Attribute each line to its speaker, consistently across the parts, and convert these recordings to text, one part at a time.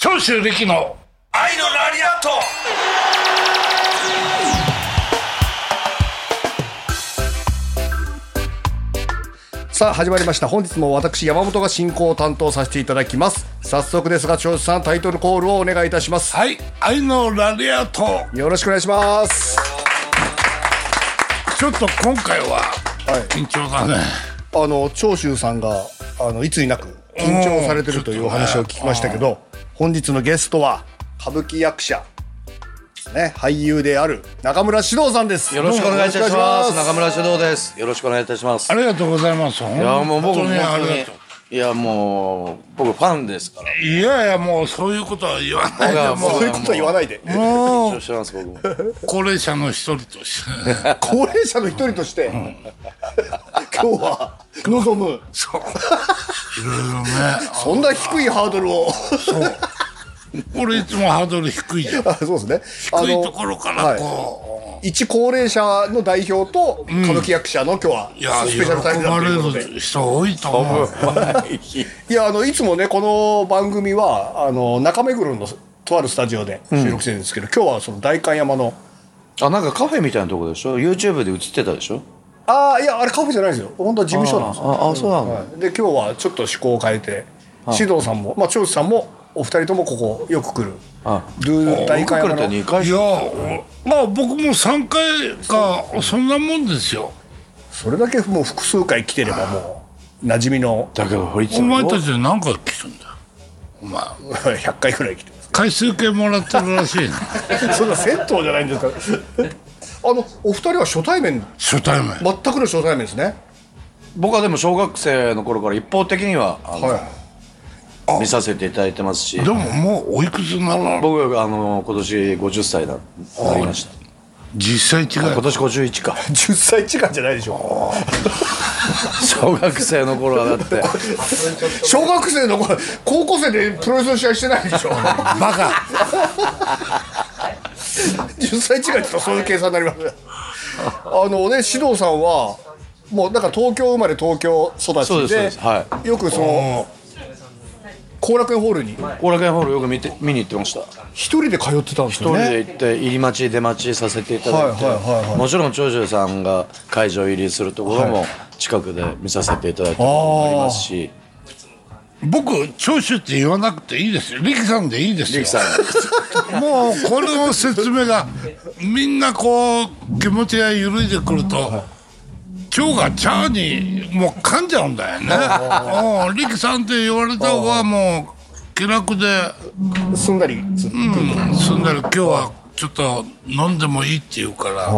Speaker 1: 長州力の
Speaker 2: 愛のラリアット
Speaker 3: さあ始まりました本日も私山本が進行を担当させていただきます早速ですが長州さんタイトルコールをお願いいたします
Speaker 1: はい愛のラリアット
Speaker 3: よろしくお願いします
Speaker 1: ちょっと今回は緊張だね、
Speaker 3: あの長州さんがあのいつになく緊張されて
Speaker 1: うん
Speaker 3: ると
Speaker 1: ち
Speaker 3: い
Speaker 1: ょっとね
Speaker 3: うお話を聞きましたけど、本日のゲストは歌舞伎役者ですね俳優である中村獅童さんです
Speaker 4: よろしくお願いいたします。中
Speaker 3: 村
Speaker 4: 村獅童です。よろしくお願いいたします。
Speaker 1: ありがとうございます
Speaker 4: いやもう
Speaker 1: 本
Speaker 4: 僕
Speaker 1: 当
Speaker 4: 本
Speaker 1: にあ
Speaker 4: 当
Speaker 1: り
Speaker 4: に
Speaker 1: がとう
Speaker 4: いやもう僕ファンですから。
Speaker 1: いやいやもうそういうことは言わないで
Speaker 4: 僕は
Speaker 1: も
Speaker 4: も
Speaker 3: そういうこと言わないで
Speaker 1: うも
Speaker 4: 緊張
Speaker 1: う
Speaker 4: してます僕も。
Speaker 1: 高齢者の一人として
Speaker 3: 高齢者の一人として、 今日は 望む
Speaker 1: そういろいろね
Speaker 3: そんな低いハードルを
Speaker 1: 俺いつもハードル低いじゃん
Speaker 3: あ そうですねあ
Speaker 1: 低い
Speaker 3: の
Speaker 1: ところからこう、
Speaker 3: 一高齢者の代表と歌舞伎役者の今日はい
Speaker 1: や
Speaker 3: スペシャルタイ
Speaker 1: 喜
Speaker 3: ムだ
Speaker 1: ば
Speaker 3: と
Speaker 1: れ
Speaker 3: いうことで
Speaker 1: る人多いと思う
Speaker 3: いやあのいつもねこの番組はあの中目黒のとあるスタジオで収録してるんですけど、今日はその代官山の
Speaker 4: あなんかカフェみたいなとこでしょ。YouTube で映ってたでしょ。
Speaker 3: ああいやあれカフェじゃないですよ本当は事務所なんですよ
Speaker 4: ああそうなんだ
Speaker 3: はい、で今日はちょっと趣向を変えて獅童さんもまあ長司さんもお二人ともここよく来る
Speaker 4: あ
Speaker 3: ドゥ代官山
Speaker 4: 僕
Speaker 3: の
Speaker 4: らと二回
Speaker 1: い
Speaker 4: し
Speaker 1: やおまあ僕も3回かそんなもんですよ
Speaker 3: それだけもう複数回来てればもう馴染みの
Speaker 4: だけど堀ち
Speaker 1: お
Speaker 4: ゃん
Speaker 1: 前たちで何回来るんだよお前
Speaker 3: 100回くらい来てま
Speaker 1: 回数券もらってるらしいな
Speaker 3: す そんな銭湯じゃないんですから あのお二人は初対面
Speaker 1: 初対面
Speaker 3: 全くの初対面ですね
Speaker 4: 僕はでも小学生の頃から一方的にはあの
Speaker 3: は
Speaker 4: 見させていただいてますし
Speaker 1: で。ももうおいくつになら
Speaker 4: 僕あの今年50歳だなりました。
Speaker 1: 実際 違
Speaker 4: 今
Speaker 1: う
Speaker 4: 年51か。
Speaker 3: い10歳違いじゃないでしょ
Speaker 4: 小学生の頃はだって。
Speaker 3: 小学生の頃高校生でプロレスの試合してないでしょ
Speaker 1: バ カ
Speaker 3: 10歳違いって言ったらそういう計算になります ねあのね獅童さんはもうなんか東京生まれ東京育ちで
Speaker 4: そうですそうですは
Speaker 3: よくその後楽園ホールに
Speaker 4: 後楽園ホールよく見て見に行ってました。
Speaker 3: 一人で通ってたんです
Speaker 4: 一
Speaker 3: よ
Speaker 4: 人
Speaker 3: ね
Speaker 4: で行って入り待ち出待ちさせていただいて、
Speaker 3: はいはいはいはい
Speaker 4: もちろん長州さんが会場入りするところも近くで見させていただいたこともありますし
Speaker 1: 僕長州って言わなくていいですよ力さんでいいですよ
Speaker 4: 力さん
Speaker 1: もうこれの説明がみんなこう気持ちが緩いでくると今日がチャーにもう噛んじゃうんだよね。うん力さんって言われた方がもう気楽で、
Speaker 3: すんなりす
Speaker 1: うん、すんなり今日はちょっと飲んでもいいって言うから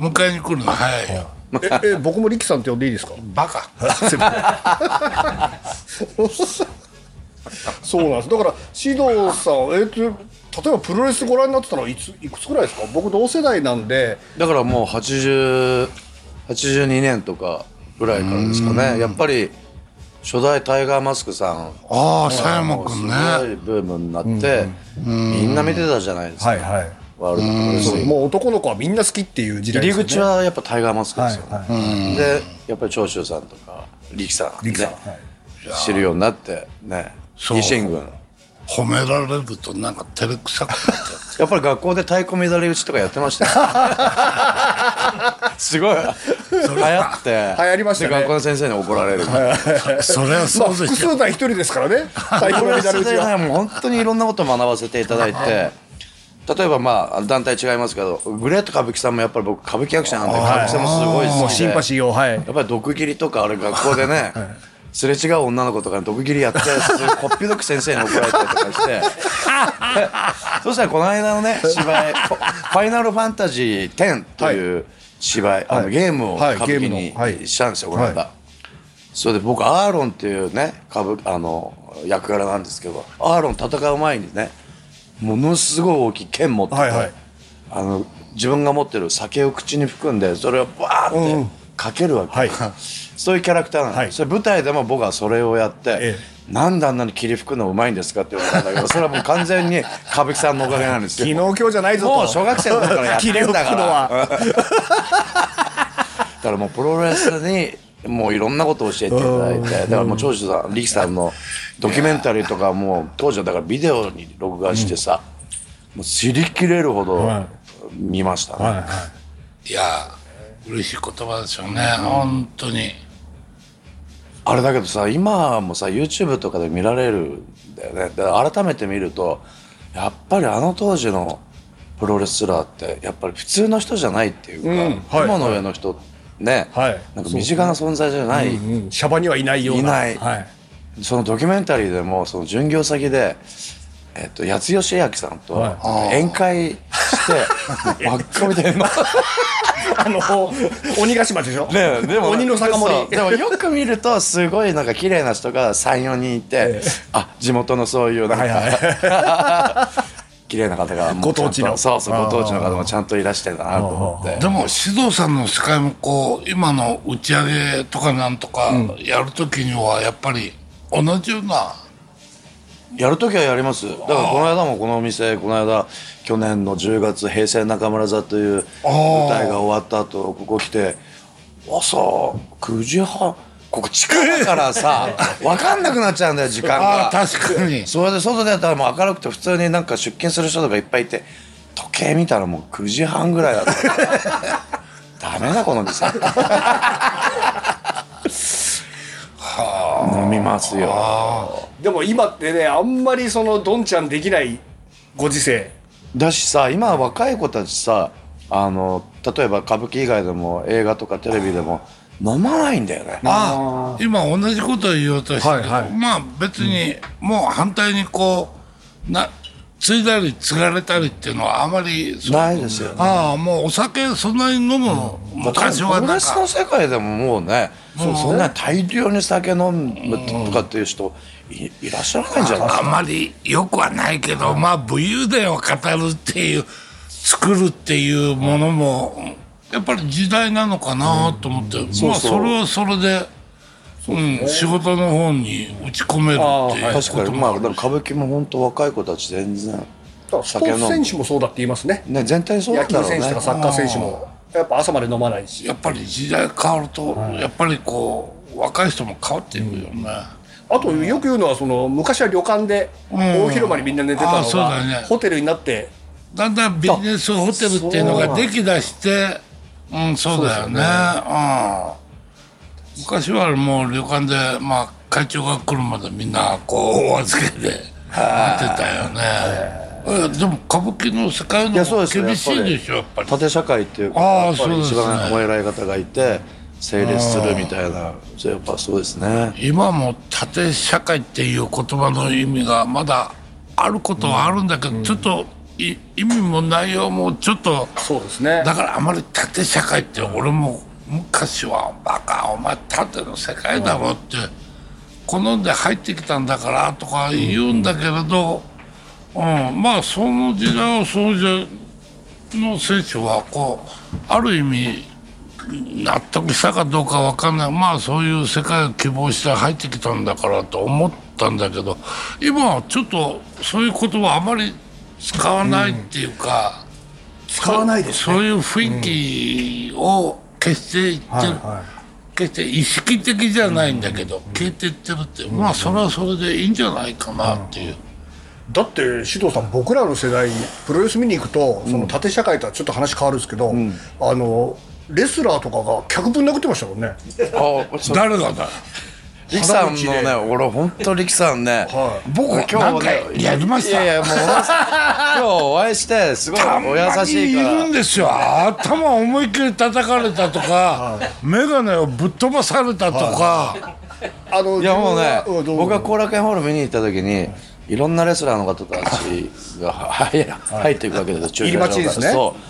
Speaker 1: 迎えに来るの早いよ。
Speaker 3: ええ僕も力さんって呼んでいいですか
Speaker 1: バカ。
Speaker 3: そうなんですだから獅童さんえっ、と例えばプロレスご覧になってたのはいついくつぐらいですか僕同世代なんで
Speaker 4: だからもう80 82年とかぐらいからですかねやっぱり初代タイガーマスクさん
Speaker 1: ああ佐山
Speaker 4: す
Speaker 1: 君ね。
Speaker 4: ごいブームになって、みんな見てたじゃないですか、
Speaker 3: いはい
Speaker 4: ワールドプロレス
Speaker 3: そうもう男の子はみんな好きっていう時代
Speaker 4: 入
Speaker 3: で
Speaker 4: り
Speaker 3: すよね
Speaker 4: 口はやっぱタイガーマスクですよね、
Speaker 3: はいはい
Speaker 4: でやっぱり長州さんとか力さん、ね、
Speaker 3: 力さんはい
Speaker 4: 知るようになってね
Speaker 1: そう
Speaker 4: 維新軍
Speaker 1: 褒められるとなんか照れくさくなっちゃう。
Speaker 4: やっぱり学校で太鼓乱れ打ちとかやってましたよ すごい流行って
Speaker 3: 流行りましたね
Speaker 4: で学校の先生に怒られ る
Speaker 1: それは
Speaker 3: ま
Speaker 1: そ
Speaker 3: あ
Speaker 1: うで
Speaker 3: 複
Speaker 1: しょ。
Speaker 3: 数代一人ですからね最高
Speaker 4: こ
Speaker 3: の
Speaker 4: れ
Speaker 3: 乱
Speaker 4: そ
Speaker 3: れ打
Speaker 4: れ
Speaker 3: ち
Speaker 4: で
Speaker 3: は
Speaker 4: ねもう本当にいろんなことを学ばせていただいて例えばまあ団体違いますけどグレート歌舞伎さんもやっぱり僕歌舞伎役者なんで歌舞伎さんもすごい好きで
Speaker 3: ーをはい
Speaker 4: やっぱり毒斬りとかあれ学校 でね、すれ違う女の子とかに毒斬りやってそれこっぴどく先生に怒られたりとかして そしたらこの間のね芝 居「ファイナルファンタジー10」という芝居、あのゲームを
Speaker 3: はい
Speaker 4: 歌舞伎
Speaker 3: ゲームのはい
Speaker 4: にしたんですよ、この間、
Speaker 3: は
Speaker 4: それで僕アーロンっていうね歌舞あの役柄なんですけどアーロン戦う前にねものすごい大きい剣持ってて、
Speaker 3: はいはい
Speaker 4: あの自分が持ってる酒を口に含んでそれをバーってかけるわけ、
Speaker 3: はい
Speaker 4: そういうキャラクターなの、
Speaker 3: はい
Speaker 4: それ舞台でも僕はそれをやって、
Speaker 3: え
Speaker 4: なんであんなに霧吹くのうまいんですかって言われた んだけどそれはもう完全に歌舞伎さんのおかげなんですよ
Speaker 3: 昨日今日じゃないぞと
Speaker 4: もう小学生の時からやってん
Speaker 3: 切り
Speaker 4: だか
Speaker 3: 抜くの
Speaker 4: ら
Speaker 3: は
Speaker 4: だからもうプロレスにもういろんなことを教えていただいてだからもう長州さん力さんのドキュメンタリーとかもう当時はだからビデオに録画してさ、もう知りきれるほど見ましたね、
Speaker 3: はいはい
Speaker 1: いや嬉しい言葉ですよね本当に
Speaker 4: あれだけどさ今もさ YouTube とかで見られるんだよねだから改めて見るとやっぱりあの当時のプロレスラーってやっぱり普通の人じゃないっていうか、
Speaker 3: はい
Speaker 4: 雲の上の人ね、
Speaker 3: はい
Speaker 4: なんか身近な存在じゃない、
Speaker 3: うんシャバにはいないようない
Speaker 4: ない
Speaker 3: はい
Speaker 4: そのドキュメンタリーでもその巡業先で、えっと、八代千明さんと
Speaker 3: はい
Speaker 4: 宴会して、ばっかみたいな。
Speaker 3: あの鬼ヶ島でしょ
Speaker 4: ねえでも
Speaker 3: 鬼の酒盛
Speaker 4: そう
Speaker 3: り
Speaker 4: でもよく見るとすごいなんか綺麗な人が34人いて、あ地元のそういうなんか、 綺麗な方がもうちゃ
Speaker 3: ご当
Speaker 4: んと
Speaker 3: 地の
Speaker 4: そうそうご当地の方もちゃんといらしてるなと思って
Speaker 1: でも獅童さんの世界もこう今の打ち上げとかなんとかやるときにはやっぱり同じような
Speaker 4: やる時はやりますだからこの間もこのお店この間去年の10月「平成中村座」という舞台が終わった後ここ来て朝9時半ここ近いから さ分かんなくなっちゃうんだよ時間が
Speaker 1: ああ確かに
Speaker 4: それで外出たらもう明るくて普通になんか出勤する人とかいっぱいいて時計見たらもう9時半ぐらいだった ダメだこの店はあ 飲みますよ
Speaker 3: でも今ってねあんまりそのどんちゃんできないご時世
Speaker 4: だしさ今若い子たちさあの例えば歌舞伎以外でも映画とかテレビでも飲まないんだよね
Speaker 1: あ今同じことを言おうとしてる、
Speaker 3: はいはい
Speaker 1: まあ別にもう反対にこうな継いだり継がれたりっていうのはあまりそう
Speaker 4: ないですよね
Speaker 1: ああもうお酒そんなに飲むの、昔は
Speaker 4: プロ
Speaker 1: なん
Speaker 4: レス
Speaker 1: か
Speaker 4: の世界でももうねそうそんな大量に酒飲むとかっていう人いいらっしゃらないんじゃない
Speaker 1: あまり良くはないけどまあ武勇伝を語るっていう作るっていうものもやっぱり時代なのかなと思って、まあ
Speaker 4: そうそ
Speaker 1: そうれはそれで。うん、仕事の方に打ち込めるっていう
Speaker 4: 確
Speaker 1: こ
Speaker 4: か
Speaker 1: と
Speaker 4: に
Speaker 1: も
Speaker 4: まあでも歌舞伎も本当若い子たち全然
Speaker 3: スポーツ選手もそうだって言いますね
Speaker 4: ね全体にそうな
Speaker 3: 野
Speaker 4: んだ
Speaker 3: 球
Speaker 4: ろうね
Speaker 3: 選手とかサッカー選手もやっぱ朝まで飲まないし
Speaker 1: やっぱり時代変わると、やっぱりこう若い人も変わっていくよね、
Speaker 3: あとよく言うのはその昔は旅館で大広間にみんな寝てた
Speaker 1: あ
Speaker 3: の
Speaker 1: そうだ
Speaker 3: が
Speaker 1: ね
Speaker 3: ホテルになって
Speaker 1: だんだんビジネスホテルっていうのができだしてうんそうだよねうん、昔はもう旅館で、まあ、会長が来るまでみんなこうお預けでやってたよね、えでも歌舞伎の世界
Speaker 4: い
Speaker 1: の
Speaker 4: や
Speaker 1: 方
Speaker 4: そう
Speaker 1: が
Speaker 4: ですよ
Speaker 1: 厳しいでしょやっぱり
Speaker 4: 縦社会っていうか
Speaker 1: ああ
Speaker 4: やっぱ
Speaker 1: そう
Speaker 4: り
Speaker 1: です
Speaker 4: 一
Speaker 1: ね
Speaker 4: 番お偉い方がいて整列するみたいなそれやっぱそうですね
Speaker 1: 今も縦社会っていう言葉の意味がまだあることはあるんだけど、ちょっとい意味も内容もちょっと
Speaker 3: そうですね
Speaker 1: だからあまり縦社会って俺も昔は「バカお前縦の世界だろ」って好んで入ってきたんだからとか言うんだけれど、うんまあその時代はその時代の選手はこうある意味納得したかどうかわかんないまあそういう世界を希望して入ってきたんだからと思ったんだけど今はちょっとそういう言葉あまり使わないっていうか。
Speaker 3: 使わないです
Speaker 1: そういう雰囲気を消していってる、決して意識的じゃないんだけど、消えていってるって、まあそれはそれでいいんじゃないかなっていう、
Speaker 3: だって獅童さん僕らの世代プロレス見に行くとその縦社会とはちょっと話変わるんですけど、あのレスラーとかが客分殴ってましたもんね
Speaker 4: ああそう
Speaker 1: 誰がだ
Speaker 4: 力さん
Speaker 3: 原
Speaker 4: の
Speaker 3: 口
Speaker 4: ね
Speaker 3: で
Speaker 4: 俺本当力さんね
Speaker 3: は
Speaker 1: 僕は
Speaker 4: 今
Speaker 1: 何
Speaker 4: 日ね
Speaker 1: 回やりまし
Speaker 4: いや
Speaker 1: た
Speaker 4: いやもう今日お会いしてすごい
Speaker 1: た
Speaker 4: お優
Speaker 1: まに
Speaker 4: し
Speaker 1: い
Speaker 4: いか
Speaker 1: るん
Speaker 4: ら
Speaker 1: ですよ頭思いっきり叩かれたとか眼鏡をぶっ飛ばされたとか
Speaker 3: あの
Speaker 4: いやもうね
Speaker 3: 自分がんどぞ
Speaker 4: 僕が後楽園ホール見に行った時にいろんなレスラーの方たちが はい入っていくわけですよ駐
Speaker 3: 入り待ちですね
Speaker 4: そう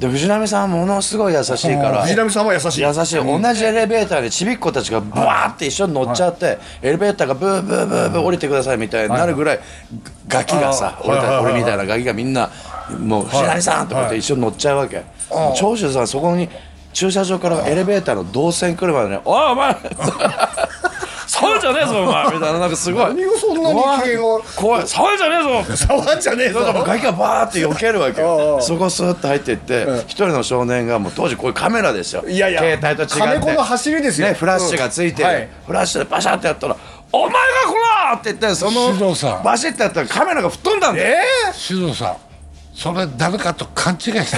Speaker 4: で藤波さんものすごい優しいから
Speaker 3: 藤波さんは優しい
Speaker 4: 優 しい同じエレベーターでちびっ子たちがブワーって一緒に乗っちゃってエレベーターがブーブーブーブー降りてくださいみたいになるぐらいガキがさ俺た俺みたいなガキがみんなもう藤波さんとかって一緒に乗っちゃうわけ長州さん そこに駐車場からエレベーターの動線来るまでね「おいお前! 」触んじゃねえぞお前 みたいななんかすごい
Speaker 3: 何をそんなに機嫌が
Speaker 4: 怖い触んじゃねえぞ
Speaker 3: 触んじゃねえぞ
Speaker 4: だから外からバーって避けるわけ
Speaker 3: うんう
Speaker 4: よ
Speaker 3: ん
Speaker 4: そこスーッと入っていって一人の少年がもう当時こういうカメラですよ
Speaker 3: いやいや
Speaker 4: 携帯と違って
Speaker 3: 金子の走りですよ
Speaker 4: ねフラッシュがついて
Speaker 3: うんは
Speaker 4: る
Speaker 3: い
Speaker 4: フラッシュでバシャってやったら「お前がこら!」って言ってそ
Speaker 1: 獅童さ
Speaker 4: の
Speaker 1: ん
Speaker 4: バシッてやったらカメラが吹っ飛んだんだよ
Speaker 1: 獅童さんそれ誰かと勘違いした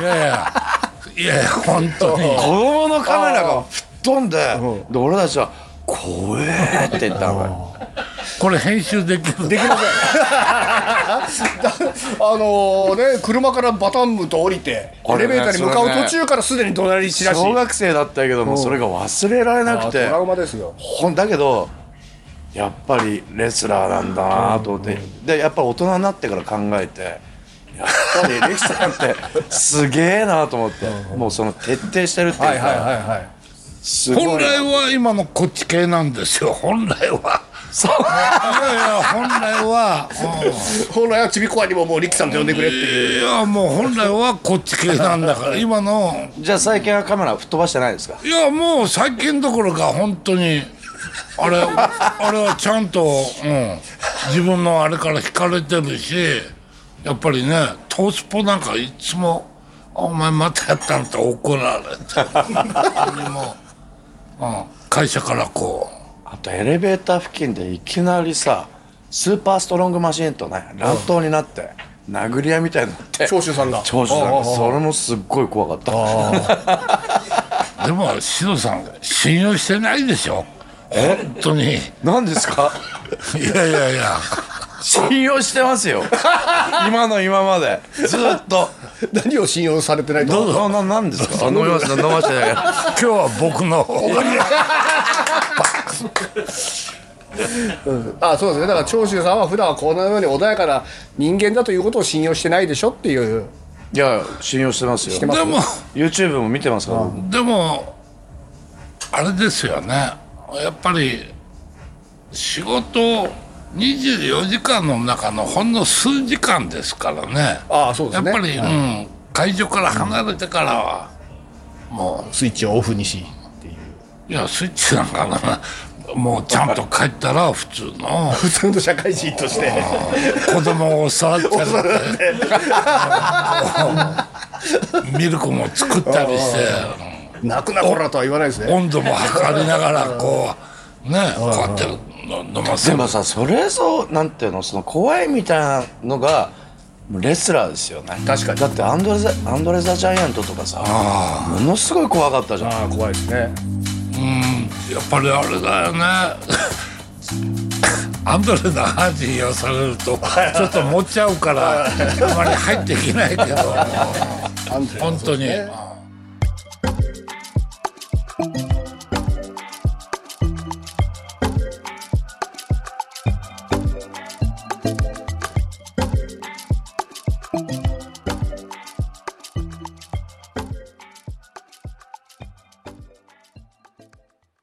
Speaker 1: いやいやいやいや本当に
Speaker 4: 子供のカメラが吹っ飛んでで俺たちは「怖え」って言ったのよ
Speaker 1: これ編集できる
Speaker 3: できませんあのね車からバタンムと降りてエ
Speaker 4: これ
Speaker 3: レ
Speaker 4: ね
Speaker 3: ベーターに向かう途中からすでに怒鳴り散らし
Speaker 4: 小学生だったけどもそれが忘れられな
Speaker 3: あ
Speaker 4: く
Speaker 3: ー
Speaker 4: て
Speaker 3: トラウマですよ
Speaker 4: ほんだけどやっぱりレスラーなんだなと思って、でやっぱり大人になってから考えてやっぱり力さんってすげえなと思って、もうその徹底してるっていうか、
Speaker 3: はいはいはいはい
Speaker 4: すごい
Speaker 1: 本来は今のこっち系なんですよ 本来は
Speaker 4: そう
Speaker 1: いやいや本来は、
Speaker 3: 本来はちびこわにももう力さんと呼んでくれって
Speaker 1: うん
Speaker 3: いう
Speaker 1: いやもう本来はこっち系なんだ から今の
Speaker 4: じゃあ最近はカメラ吹っ飛ばしてないですか
Speaker 1: いやもう最近どころか本当にあれあれはちゃんと、うん、自分のあれから引かれてるしやっぱりねトースポなんかいつも「あお前またやったん?」って怒られ て本当にもう、うん、会社からこ
Speaker 4: あとエレベーター付近でいきなりさスーパーストロングマシーンとね乱闘になって、殴り合いみたいになって
Speaker 3: 長州さんが
Speaker 4: 長州さ
Speaker 3: あ
Speaker 4: ん
Speaker 3: ああ
Speaker 4: が
Speaker 3: あ
Speaker 4: それもすっごい怖かった
Speaker 1: うでも獅童さん信用してないでしょ本当にい
Speaker 4: 何ですか
Speaker 1: やいやいや
Speaker 4: 信用してますよ 今の今までずっと
Speaker 3: 何を信用されてないと
Speaker 4: どうぞななんですか飲みます飲ましてない
Speaker 1: 今日は僕の方が
Speaker 3: あそうですねだから長州さんは普段はこのように穏やかな人間だということを信用してないでしょっていう
Speaker 4: いや信用してますよ
Speaker 3: てます
Speaker 1: でも
Speaker 4: YouTube も見てますから
Speaker 1: でもあれですよねやっぱり仕事24時間の中のほんの数時間ですからね
Speaker 3: ああそうで
Speaker 1: や
Speaker 3: す
Speaker 1: っ
Speaker 3: ね
Speaker 1: ぱり、うん、会場から離れてからは、も
Speaker 3: スイッチをオフに し
Speaker 1: ういやスイッチなんかなもうちゃんと帰ったら普通の
Speaker 3: 普通の社会人として
Speaker 1: 子供を育てて うんミルクも作ったりして。うん
Speaker 3: 泣くなこらとは言わないですね
Speaker 1: 温度も測りながらこうねこうやって飲ませ
Speaker 4: で
Speaker 1: る
Speaker 4: もさそれぞなんていうのその怖いみたいなのがレスラーですよね
Speaker 3: 確かに
Speaker 4: だってアンドレザアンドレザジャイアントとかさものすごい怖かったじゃん
Speaker 3: ああ怖いですね
Speaker 1: やっぱりあれだよね アンドレのハージンをされるとちょっと持っちゃうからあまり入っていけないけど
Speaker 3: 安全
Speaker 1: 本当に
Speaker 3: ね